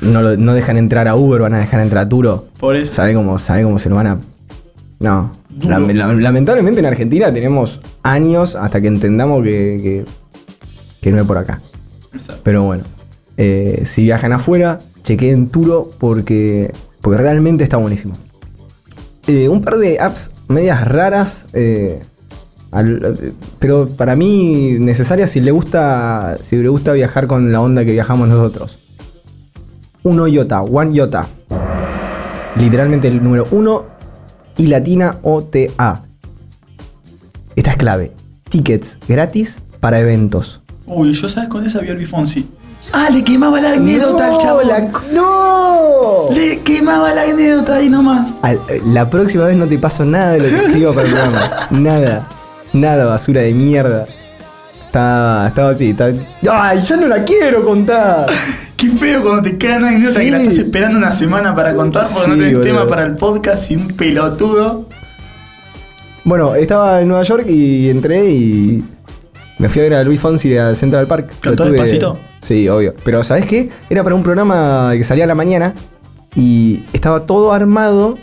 [SPEAKER 1] No, lo- no dejan entrar a Uber, van a dejar entrar a Turo.
[SPEAKER 2] Por eso.
[SPEAKER 1] ¿Sabe cómo, sabe cómo se lo van a.? No.
[SPEAKER 2] Duro.
[SPEAKER 1] Lam- la- lamentablemente en Argentina tenemos años hasta que entendamos que, que, que no es por acá.
[SPEAKER 2] Exacto.
[SPEAKER 1] Pero bueno, eh, si viajan afuera, chequeen Turo porque, porque realmente está buenísimo. Eh, un par de apps medias raras, eh, al- eh, pero para mí necesarias si le gusta si le gusta viajar con la onda que viajamos nosotros. Uno Iota, One Iota. Literalmente el número 1 y latina OTA. Esta es clave. Tickets gratis para eventos.
[SPEAKER 2] Uy, yo sabes con esa vio el Bifonsi. Ah, le quemaba la anécdota al
[SPEAKER 1] No,
[SPEAKER 2] chabón.
[SPEAKER 1] la- ¡No!
[SPEAKER 2] Le quemaba la anécdota ahí nomás.
[SPEAKER 1] Al- eh, la próxima vez no te paso nada de lo que escribo para el programa. Nada. Nada, basura de mierda. Estaba, estaba así. Estaba... ¡Ay, ya no la quiero contar!
[SPEAKER 2] Qué feo cuando te queda una anécdota
[SPEAKER 1] Sí.
[SPEAKER 2] que la estás esperando una semana para contar porque no
[SPEAKER 1] Sí,
[SPEAKER 2] tenés tema
[SPEAKER 1] boludo.
[SPEAKER 2] para el podcast y un pelotudo.
[SPEAKER 1] Bueno, estaba en Nueva York y entré y me fui a ver a Luis Fonsi al Central Park. Lo
[SPEAKER 2] ¿Cantó
[SPEAKER 1] tuve-
[SPEAKER 2] despacito?
[SPEAKER 1] Sí, obvio. Pero ¿sabés qué? Era para un programa que salía a la mañana y estaba todo armado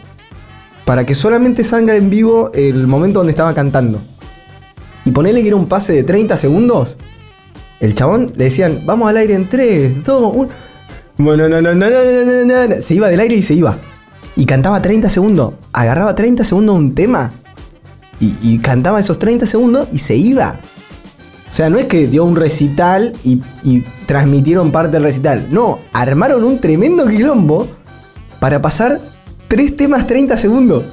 [SPEAKER 1] para que solamente salga en vivo el momento donde estaba cantando. Y ponele que era un pase de 30 segundos. El chabón le decían, vamos al aire en 3, 2, 1. Bueno, no, no, no, no, no, no, no, no. Se iba del aire y se iba. Y cantaba 30 segundos. Agarraba 30 segundos un tema. Y, y cantaba esos 30 segundos y se iba. O sea, no es que dio un recital y, y transmitieron parte del recital. No, armaron un tremendo quilombo para pasar tres temas 30 segundos.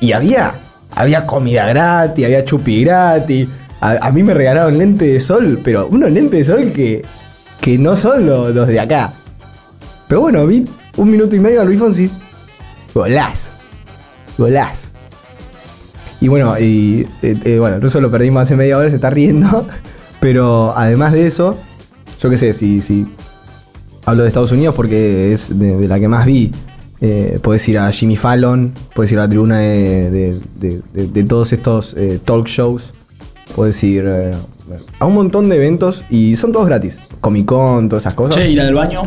[SPEAKER 1] Y había, había comida gratis, había chupi gratis. A, a mí me regalaron lente de sol, pero unos lentes de sol que, que no son lo- los, de acá. Pero bueno, vi un minuto y medio a Luis Fonsi. Golazo. Golazo. Y bueno, y eh, eh, bueno, Russo lo perdimos hace media hora, se está riendo. Pero además de eso, yo qué sé, si, si hablo de Estados Unidos porque es de, de la que más vi. Eh, puedes ir a Jimmy Fallon, puedes ir a la tribuna de, de- de- de- de todos estos eh, talk shows, puedes ir eh, a un montón de eventos y son todos gratis. Comic Con, todas esas cosas.
[SPEAKER 2] Che, ir al baño.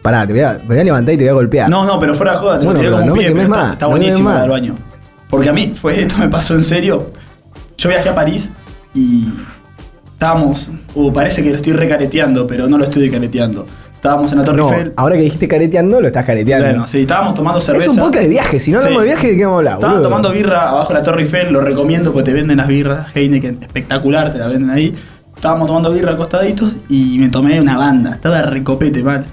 [SPEAKER 1] Pará, te voy, a, me voy a levantar y te voy a golpear.
[SPEAKER 2] No, no, pero fuera de joda, te
[SPEAKER 1] Bueno,
[SPEAKER 2] lo tiré
[SPEAKER 1] pero
[SPEAKER 2] como un
[SPEAKER 1] no me
[SPEAKER 2] pibe,
[SPEAKER 1] quemés
[SPEAKER 2] pero está,
[SPEAKER 1] más,
[SPEAKER 2] está
[SPEAKER 1] no me quemés
[SPEAKER 2] buenísimo ir
[SPEAKER 1] más.
[SPEAKER 2] al baño. Porque a mí fue esto me pasó en serio. Yo viajé a París y estábamos, o parece que lo estoy recareteando, pero no lo estoy careteando. Estábamos en la Torre
[SPEAKER 1] No,
[SPEAKER 2] Eiffel.
[SPEAKER 1] ahora que dijiste careteando, lo estás careteando.
[SPEAKER 2] Bueno, sí, estábamos tomando cerveza.
[SPEAKER 1] es un podcast de viaje, si no hablamos
[SPEAKER 2] Sí.
[SPEAKER 1] de viaje, ¿de qué vamos a hablar?
[SPEAKER 2] Estaban
[SPEAKER 1] boludo?
[SPEAKER 2] tomando birra abajo de la Torre Eiffel, lo recomiendo porque te venden las birras, Heineken, espectacular, te la venden ahí. Estábamos tomando birra acostaditos y me tomé una banda, estaba recopete, mal.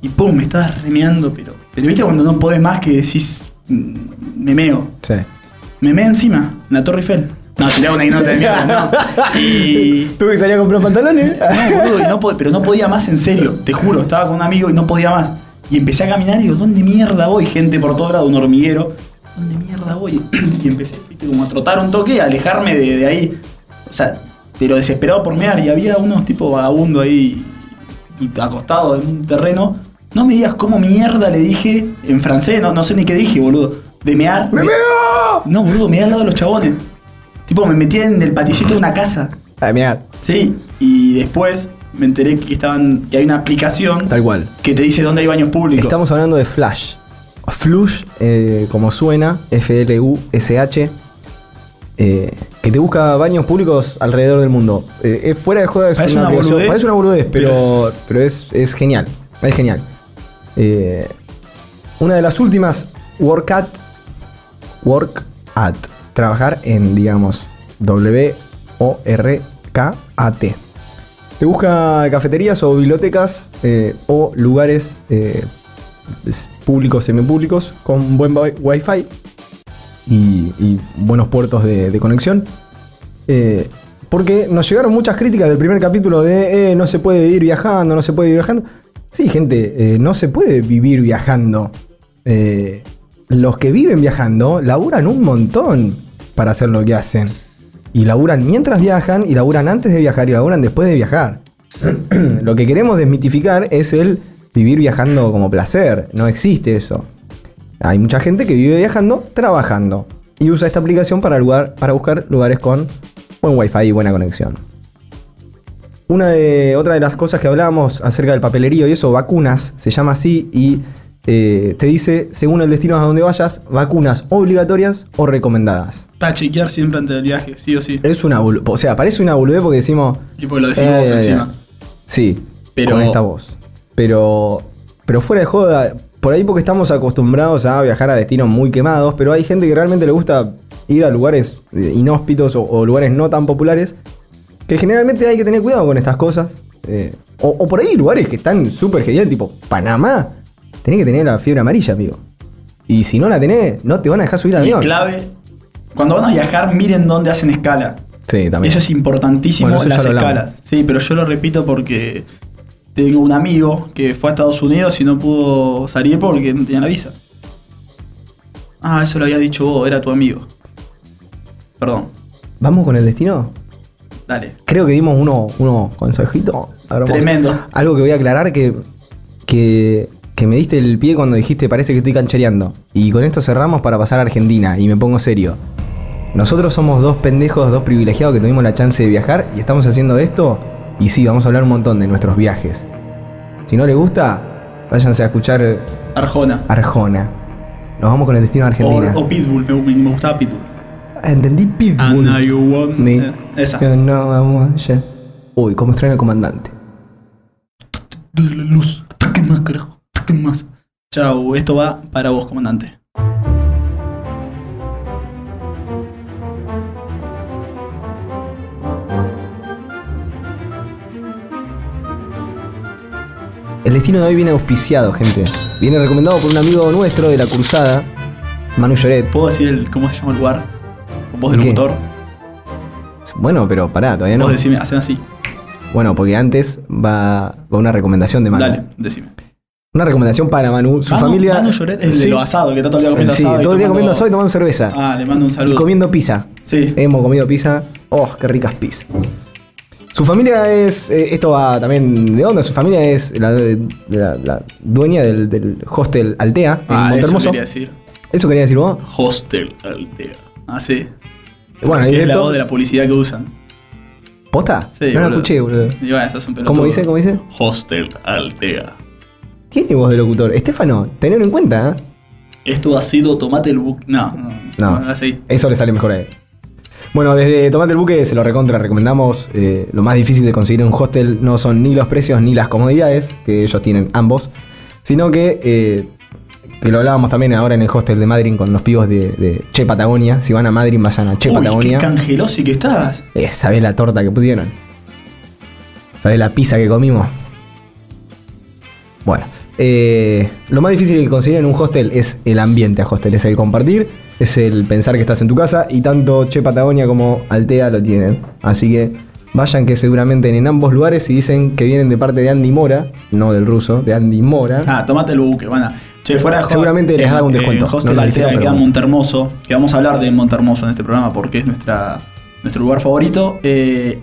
[SPEAKER 2] Y pum, me estaba remeando, pero. Pero viste cuando no podés más que decís. mm, Me meo.
[SPEAKER 1] Sí.
[SPEAKER 2] Me meo encima, en la Torre Eiffel. No, tiré una ignota de mierda, no. Y. Ah,
[SPEAKER 1] Tuve que salir a comprar pantalones.
[SPEAKER 2] No, boludo, y no po- pero no podía más en serio, te juro, estaba con un amigo y no podía más. Y empecé a caminar y digo, ¿dónde mierda voy? Gente por todo lado, un hormiguero. ¿Dónde mierda voy? Y empecé viste, como a trotar un toque, a alejarme de, de ahí. O sea, pero desesperado por mear. Y había unos tipos vagabundos ahí y acostados en un terreno. No me digas cómo mierda le dije en francés, no, no sé ni qué dije, boludo. De mear.
[SPEAKER 1] ¡Me
[SPEAKER 2] me-
[SPEAKER 1] pegó!
[SPEAKER 2] No, boludo, me al lado de los chabones. Tipo, me metí en el paticito de una casa.
[SPEAKER 1] Ah, mira,
[SPEAKER 2] Sí, y después me enteré que estaban que hay una aplicación
[SPEAKER 1] tal cual.
[SPEAKER 2] que te dice dónde hay baños públicos.
[SPEAKER 1] Estamos hablando de Flash. Flush, eh, como suena, F-L-U-S-H, eh, que te busca baños públicos alrededor del mundo. Eh, es fuera de juego, es
[SPEAKER 2] Parece una
[SPEAKER 1] aplicación-
[SPEAKER 2] boludez,
[SPEAKER 1] parece una boludez, pero, pero es, es genial. Es genial. Eh, una de las últimas, Workat, Work at, trabajar en, digamos, W-O-R-K-A-T. Te busca cafeterías o bibliotecas eh, o lugares eh, es- públicos, semipúblicos, con buen wi- wifi y, y buenos puertos de, de conexión. Eh, porque nos llegaron muchas críticas del primer capítulo de eh, no se puede ir viajando, no se puede ir viajando. Sí, gente, eh, no se puede vivir viajando. Eh, los que viven viajando laburan un montón para hacer lo que hacen. Y laburan mientras viajan, y laburan antes de viajar, y laburan después de viajar. lo que queremos desmitificar es el vivir viajando como placer. No existe eso. Hay mucha gente que vive viajando trabajando y usa esta aplicación para, lugar- para buscar lugares con buen wifi y buena conexión. Una de, otra de las cosas que hablábamos acerca del papelerío y eso, vacunas, se llama así y eh, te dice, según el destino a donde vayas, vacunas obligatorias o recomendadas.
[SPEAKER 2] Para chequear siempre antes del viaje, sí o sí.
[SPEAKER 1] Es una bolu- O sea, parece una boludez porque decimos...
[SPEAKER 2] Y pues lo decimos
[SPEAKER 1] eh,
[SPEAKER 2] encima.
[SPEAKER 1] Sí,
[SPEAKER 2] Pero-
[SPEAKER 1] con esta voz. Pero, pero fuera de joda, por ahí porque estamos acostumbrados a viajar a destinos muy quemados, pero hay gente que realmente le gusta ir a lugares eh, inhóspitos o, o lugares no tan populares, que generalmente hay que tener cuidado con estas cosas. eh, o, o por ahí lugares que están súper genial, tipo Panamá, tenés que tener la fiebre amarilla, amigo. Y si no la tenés, no te van a dejar subir al
[SPEAKER 2] Y
[SPEAKER 1] avión.
[SPEAKER 2] clave, cuando van a viajar, miren dónde hacen escala.
[SPEAKER 1] Sí, también.
[SPEAKER 2] Eso es importantísimo,
[SPEAKER 1] Bueno, eso ya
[SPEAKER 2] las
[SPEAKER 1] lo hablamos.
[SPEAKER 2] escalas. Sí, pero yo lo repito porque tengo un amigo que fue a Estados Unidos y no pudo salir porque no tenía la visa. Ah, eso lo habías dicho vos, era tu amigo. Perdón,
[SPEAKER 1] ¿Vamos con el destino?
[SPEAKER 2] dale.
[SPEAKER 1] Creo que dimos uno, uno consejito. Hermoso.
[SPEAKER 2] Oh, Tremendo.
[SPEAKER 1] Algo que voy a aclarar que, que, que me diste el pie cuando dijiste parece que estoy canchereando. Y con esto cerramos para pasar a Argentina y me pongo serio. Nosotros somos dos pendejos, dos privilegiados que tuvimos la chance de viajar y estamos haciendo esto. Y sí, vamos a hablar un montón de nuestros viajes. Si no les gusta, váyanse a escuchar
[SPEAKER 2] Arjona.
[SPEAKER 1] Arjona. Nos vamos con el destino de
[SPEAKER 2] O,
[SPEAKER 1] Argentina.
[SPEAKER 2] o Pitbull, me, me- me gustaba Pitbull.
[SPEAKER 1] Entendí Pitbull.
[SPEAKER 2] And I want-
[SPEAKER 1] Me-
[SPEAKER 2] eh, esa.
[SPEAKER 1] Yo no, vamos ya. Uy, cómo extraño al comandante.
[SPEAKER 2] De la luz. ¿Qué más, carajo? ¿Qué más? Chau, esto va para vos, comandante.
[SPEAKER 1] El destino de hoy viene auspiciado, gente. Viene recomendado por un amigo nuestro de la cruzada, Manu Lloret.
[SPEAKER 2] ¿Puedo decir el, cómo se llama el lugar? Con voz de
[SPEAKER 1] ¿Qué?
[SPEAKER 2] locutor.
[SPEAKER 1] Bueno, pero pará, todavía no.
[SPEAKER 2] Vos decime, hacen así.
[SPEAKER 1] Bueno, porque antes va, va una recomendación de Manu.
[SPEAKER 2] Dale, decime.
[SPEAKER 1] Una recomendación para Manu. Su
[SPEAKER 2] Manu-
[SPEAKER 1] familia.
[SPEAKER 2] Manu Lloret es el
[SPEAKER 1] Sí.
[SPEAKER 2] de lo asado, que está todo el día comiendo
[SPEAKER 1] Sí,
[SPEAKER 2] asado. y
[SPEAKER 1] todo el día
[SPEAKER 2] tomando-
[SPEAKER 1] comiendo asado y tomando cerveza.
[SPEAKER 2] Ah, le mando un
[SPEAKER 1] y
[SPEAKER 2] saludo.
[SPEAKER 1] comiendo Eh, pizza.
[SPEAKER 2] Sí.
[SPEAKER 1] Hemos comido pizza. Oh, qué ricas pizzas. Su familia es. eh, esto va también de onda. Su familia es la, la- la dueña del, del hostel Altea en
[SPEAKER 2] ah, eso
[SPEAKER 1] Montehermoso.
[SPEAKER 2] quería decir.
[SPEAKER 1] Eso quería decir vos.
[SPEAKER 2] Hostel Altea. Ah, sí.
[SPEAKER 1] Bueno,
[SPEAKER 2] Que
[SPEAKER 1] ahí
[SPEAKER 2] es la
[SPEAKER 1] esto-
[SPEAKER 2] voz de la publicidad que usan.
[SPEAKER 1] ¿Posta?
[SPEAKER 2] Sí,
[SPEAKER 1] no la
[SPEAKER 2] boludo.
[SPEAKER 1] escuché, boludo.
[SPEAKER 2] Y bueno, eso es un pelotudo.
[SPEAKER 1] ¿Cómo dice? ¿Cómo dice?
[SPEAKER 2] Hostel Altea.
[SPEAKER 1] Tiene voz de locutor. Estefano, tenelo en cuenta. ¿eh?
[SPEAKER 2] Esto ha sido Tomate el Buque. No, no.
[SPEAKER 1] No.
[SPEAKER 2] no, así.
[SPEAKER 1] Eso le sale mejor a él. Bueno, desde Tomate el Buque se lo recontra recomendamos. Eh, lo más difícil de conseguir en un hostel no son ni los precios ni las comodidades, que ellos tienen ambos, sino que, eh, que lo hablábamos también ahora en el hostel de Madrid con los pibos de, de Che Patagonia. Si van a Madrid, vayan a Che
[SPEAKER 2] Uy,
[SPEAKER 1] Patagonia.
[SPEAKER 2] qué cangelosi que estás.
[SPEAKER 1] Eh, ¿Sabés la torta que pusieron? ¿Sabés la pizza que comimos? Bueno, eh, lo más difícil que conseguir en un hostel es el ambiente a hostel, es el compartir, es el pensar que estás en tu casa y tanto Che Patagonia como Altea lo tienen. Así que vayan que seguramente en ambos lugares y dicen que vienen de parte de Andy Mora, no del ruso, de Andy Mora.
[SPEAKER 2] Ah, tomate el buque, bueno. Che, fuera de joda, Eh,
[SPEAKER 1] Seguramente les
[SPEAKER 2] en-
[SPEAKER 1] haga un descuento.
[SPEAKER 2] En Hostel
[SPEAKER 1] No lo
[SPEAKER 2] Altea
[SPEAKER 1] dijeron,
[SPEAKER 2] que
[SPEAKER 1] pero
[SPEAKER 2] queda en
[SPEAKER 1] bueno.
[SPEAKER 2] Montermoso, que vamos a hablar de Montermoso en este programa porque es nuestra, nuestro lugar favorito. eh,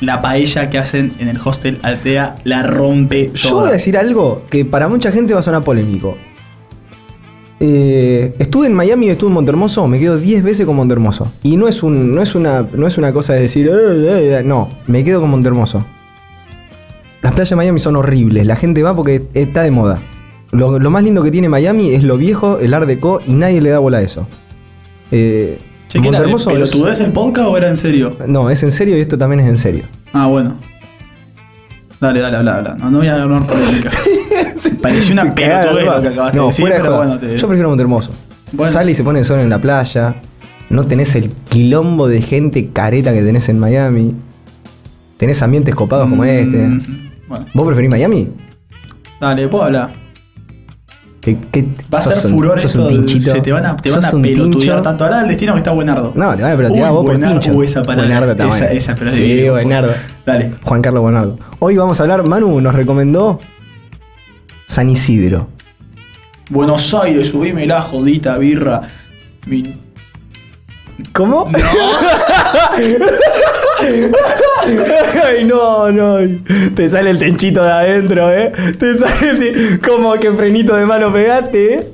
[SPEAKER 2] la paella que hacen en el Hostel Altea la rompe toda.
[SPEAKER 1] Yo voy a decir algo que para mucha gente va a sonar polémico. Eh, estuve en Miami y estuve en Montermoso, me quedo 10 veces con Montermoso. Y no es, un, no, es una, no es una cosa de decir, "Eh, eh, eh", no, me quedo con Montermoso. Las playas de Miami son horribles, la gente va porque está de moda. Lo, lo más lindo que tiene Miami es lo viejo, el art deco, y nadie le da bola a eso. Eh,
[SPEAKER 2] Che, ¿qué ¿eh? era?
[SPEAKER 1] Montermoso es-
[SPEAKER 2] ¿Pelotudez el podcast o era en serio?
[SPEAKER 1] No, es en serio y esto también es en serio.
[SPEAKER 2] Ah, bueno. Dale, dale, habla, habla. No, no voy a hablar polémica. Pareció una
[SPEAKER 1] Se cagaron,
[SPEAKER 2] pelotudez lo que
[SPEAKER 1] hermano.
[SPEAKER 2] acabaste
[SPEAKER 1] no,
[SPEAKER 2] de decir,
[SPEAKER 1] fuera de
[SPEAKER 2] pero
[SPEAKER 1] joda.
[SPEAKER 2] bueno, te-
[SPEAKER 1] Yo prefiero Montermoso.
[SPEAKER 2] Bueno.
[SPEAKER 1] Sale y se pone el sol en la playa. No tenés el quilombo de gente careta que tenés en Miami. Tenés ambientes copados como
[SPEAKER 2] Mm,
[SPEAKER 1] este.
[SPEAKER 2] Bueno,
[SPEAKER 1] ¿Vos preferís Miami?
[SPEAKER 2] dale, puedo hablar.
[SPEAKER 1] ¿Qué, qué-
[SPEAKER 2] Va a
[SPEAKER 1] sos
[SPEAKER 2] ser
[SPEAKER 1] un-
[SPEAKER 2] furor
[SPEAKER 1] sos
[SPEAKER 2] esto.
[SPEAKER 1] un
[SPEAKER 2] de-
[SPEAKER 1] pinchito.
[SPEAKER 2] se te van a, te van
[SPEAKER 1] Sos
[SPEAKER 2] a
[SPEAKER 1] un
[SPEAKER 2] pelotudear
[SPEAKER 1] pincho.
[SPEAKER 2] tanto. Ahora el destino que está Buenardo.
[SPEAKER 1] No, te van a pelotear
[SPEAKER 2] Uy,
[SPEAKER 1] vos por
[SPEAKER 2] Buenardo,
[SPEAKER 1] pincho.
[SPEAKER 2] uh, esa palabra.
[SPEAKER 1] Buenardo está
[SPEAKER 2] Esa-
[SPEAKER 1] buena.
[SPEAKER 2] esa palabra es
[SPEAKER 1] Sí,
[SPEAKER 2] divina.
[SPEAKER 1] Buenardo.
[SPEAKER 2] Dale.
[SPEAKER 1] Juan Carlos Buenardo. Hoy vamos a hablar, Manu nos recomendó San Isidro.
[SPEAKER 2] Buenos Aires, subime la jodita birra. Mi-
[SPEAKER 1] ¿Cómo?
[SPEAKER 2] No.
[SPEAKER 1] Ay, no, no. Te sale el tenchito de adentro, ¿eh? Te sale el te- como que frenito de mano pegaste, ¿eh?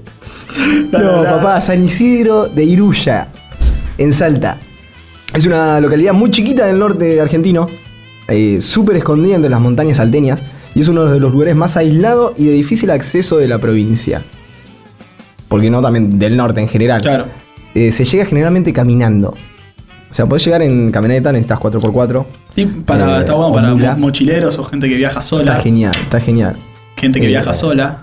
[SPEAKER 1] No, papá, San Isidro de Iruya, en Salta. Es una localidad muy chiquita del norte argentino, eh, súper escondida entre las montañas salteñas, y es uno de los lugares más aislados y de difícil acceso de la provincia. Porque no también del norte en general.
[SPEAKER 2] Claro.
[SPEAKER 1] Eh, se llega generalmente caminando. O sea, podés llegar en camioneta, necesitas 4x4.
[SPEAKER 2] Tip para,
[SPEAKER 1] Eh,
[SPEAKER 2] está bueno para
[SPEAKER 1] ondula.
[SPEAKER 2] mo- mochileros o gente que viaja sola.
[SPEAKER 1] Está genial, está genial.
[SPEAKER 2] Gente que
[SPEAKER 1] Eh,
[SPEAKER 2] viaja sola.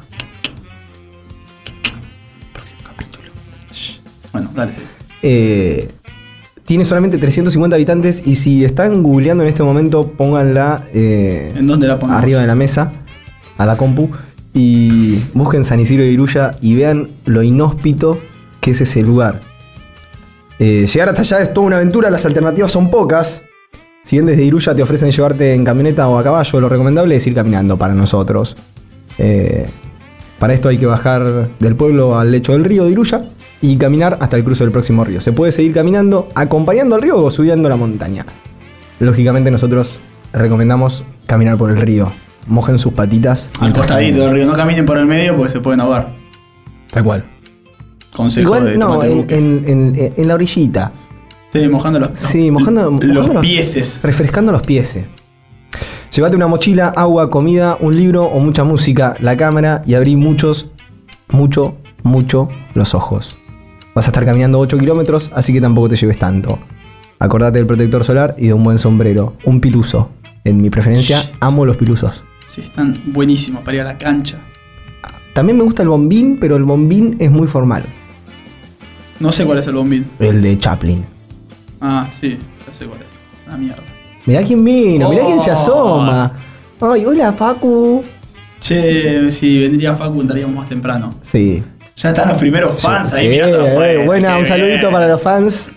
[SPEAKER 2] Bueno, dale. sí.
[SPEAKER 1] Eh, tiene solamente 350 habitantes y si están googleando en este momento, pónganla eh,
[SPEAKER 2] ¿En dónde la ponemos?
[SPEAKER 1] arriba de la mesa, a la compu, y busquen San Isidro de Iruya y vean lo inhóspito que es ese lugar. Eh, llegar hasta allá es toda una aventura, las alternativas son pocas. Si bien desde Iruya te ofrecen llevarte en camioneta o a caballo, lo recomendable es ir caminando para nosotros. Eh, para esto hay que bajar del pueblo al lecho del río de Iruya y caminar hasta el cruce del próximo río. Se puede seguir caminando acompañando al río o subiendo la montaña. Lógicamente nosotros recomendamos caminar por el río. Mojen sus patitas.
[SPEAKER 2] Al
[SPEAKER 1] mientras
[SPEAKER 2] costadito
[SPEAKER 1] caminan.
[SPEAKER 2] del río. No caminen por el medio porque se pueden ahogar.
[SPEAKER 1] Tal cual.
[SPEAKER 2] Consejo de
[SPEAKER 1] Igual, no,
[SPEAKER 2] tomate el
[SPEAKER 1] en,
[SPEAKER 2] buque.
[SPEAKER 1] en- en- en la orillita.
[SPEAKER 2] Sí, mojando los,
[SPEAKER 1] Sí, mojando-
[SPEAKER 2] los
[SPEAKER 1] mojando los-
[SPEAKER 2] pieses.
[SPEAKER 1] Refrescando los pies. eh. Llévate una mochila, agua, comida, un libro o mucha música, la cámara y abrí muchos, mucho, mucho los ojos. Vas a estar caminando 8 kilómetros, así que tampoco te lleves tanto. Acordate del protector solar y de un buen sombrero, un piluso. En mi preferencia, amo los pilusos.
[SPEAKER 2] Sí, están buenísimos para ir a la cancha.
[SPEAKER 1] También me gusta el bombín, pero el bombín es muy formal.
[SPEAKER 2] No sé cuál es el bombín.
[SPEAKER 1] El de Chaplin.
[SPEAKER 2] Ah, sí, ya sé cuál es. Una mierda.
[SPEAKER 1] Mirá quién vino, mirá quién se
[SPEAKER 2] Oh.
[SPEAKER 1] asoma. Ay, hola Facu.
[SPEAKER 2] Che, si vendría Facu estaríamos más temprano.
[SPEAKER 1] Sí.
[SPEAKER 2] Ya están los primeros fans ahí
[SPEAKER 1] Sí,
[SPEAKER 2] mirando
[SPEAKER 1] eh,
[SPEAKER 2] afuera,
[SPEAKER 1] buena,
[SPEAKER 2] qué
[SPEAKER 1] un saludito
[SPEAKER 2] bien.
[SPEAKER 1] para los fans.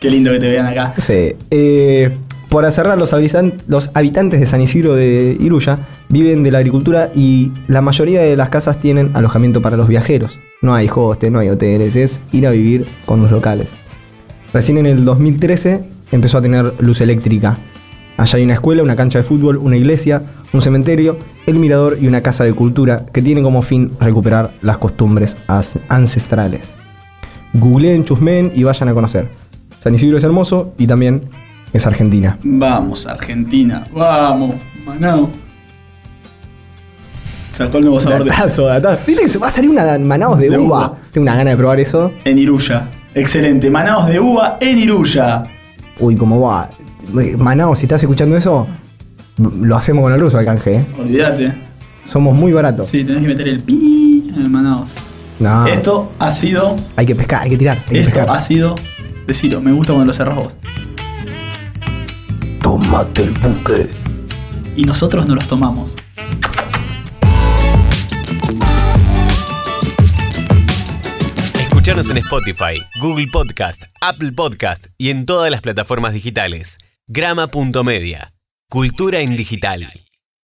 [SPEAKER 2] Qué lindo que te vean acá.
[SPEAKER 1] Sí. Eh, para cerrar, los, habitan- los habitantes de San Isidro de Iruya viven de la agricultura y la mayoría de las casas tienen alojamiento para los viajeros. No hay hostes, no hay hoteles, es ir a vivir con los locales. Recién en el 2013 empezó a tener luz eléctrica. Allá hay una escuela, una cancha de fútbol, una iglesia, un cementerio, el mirador y una casa de cultura que tiene como fin recuperar las costumbres as- ancestrales googleen, chusmen y vayan a conocer. San Isidro es hermoso y también es Argentina.
[SPEAKER 2] Vamos, Argentina. Vamos, Manao. Sacó el nuevo sabor de...
[SPEAKER 1] Datazo, datazo. Viste que se va a salir una Manaos de,
[SPEAKER 2] De
[SPEAKER 1] uva.
[SPEAKER 2] uva.
[SPEAKER 1] Tengo una gana de probar eso.
[SPEAKER 2] En Iruya. Excelente. Manaos de uva en Iruya.
[SPEAKER 1] Uy, como va. Manaos, si estás escuchando eso, lo hacemos con el ruso al canje. ¿eh?
[SPEAKER 2] Olvídate.
[SPEAKER 1] Somos muy baratos.
[SPEAKER 2] Sí, tenés que meter el pi en el Manaos.
[SPEAKER 1] No,
[SPEAKER 2] Esto ha sido...
[SPEAKER 1] hay que pescar, hay que tirar, hay que
[SPEAKER 2] Esto
[SPEAKER 1] pescar.
[SPEAKER 2] ha sido... Decilo, me gusta cuando lo cerrás vos.
[SPEAKER 1] Tomate el buque.
[SPEAKER 2] Y nosotros no los tomamos.
[SPEAKER 3] Escuchanos en Spotify, Google Podcast, Apple Podcast y en todas las plataformas digitales. Grama.media. Cultura en digital.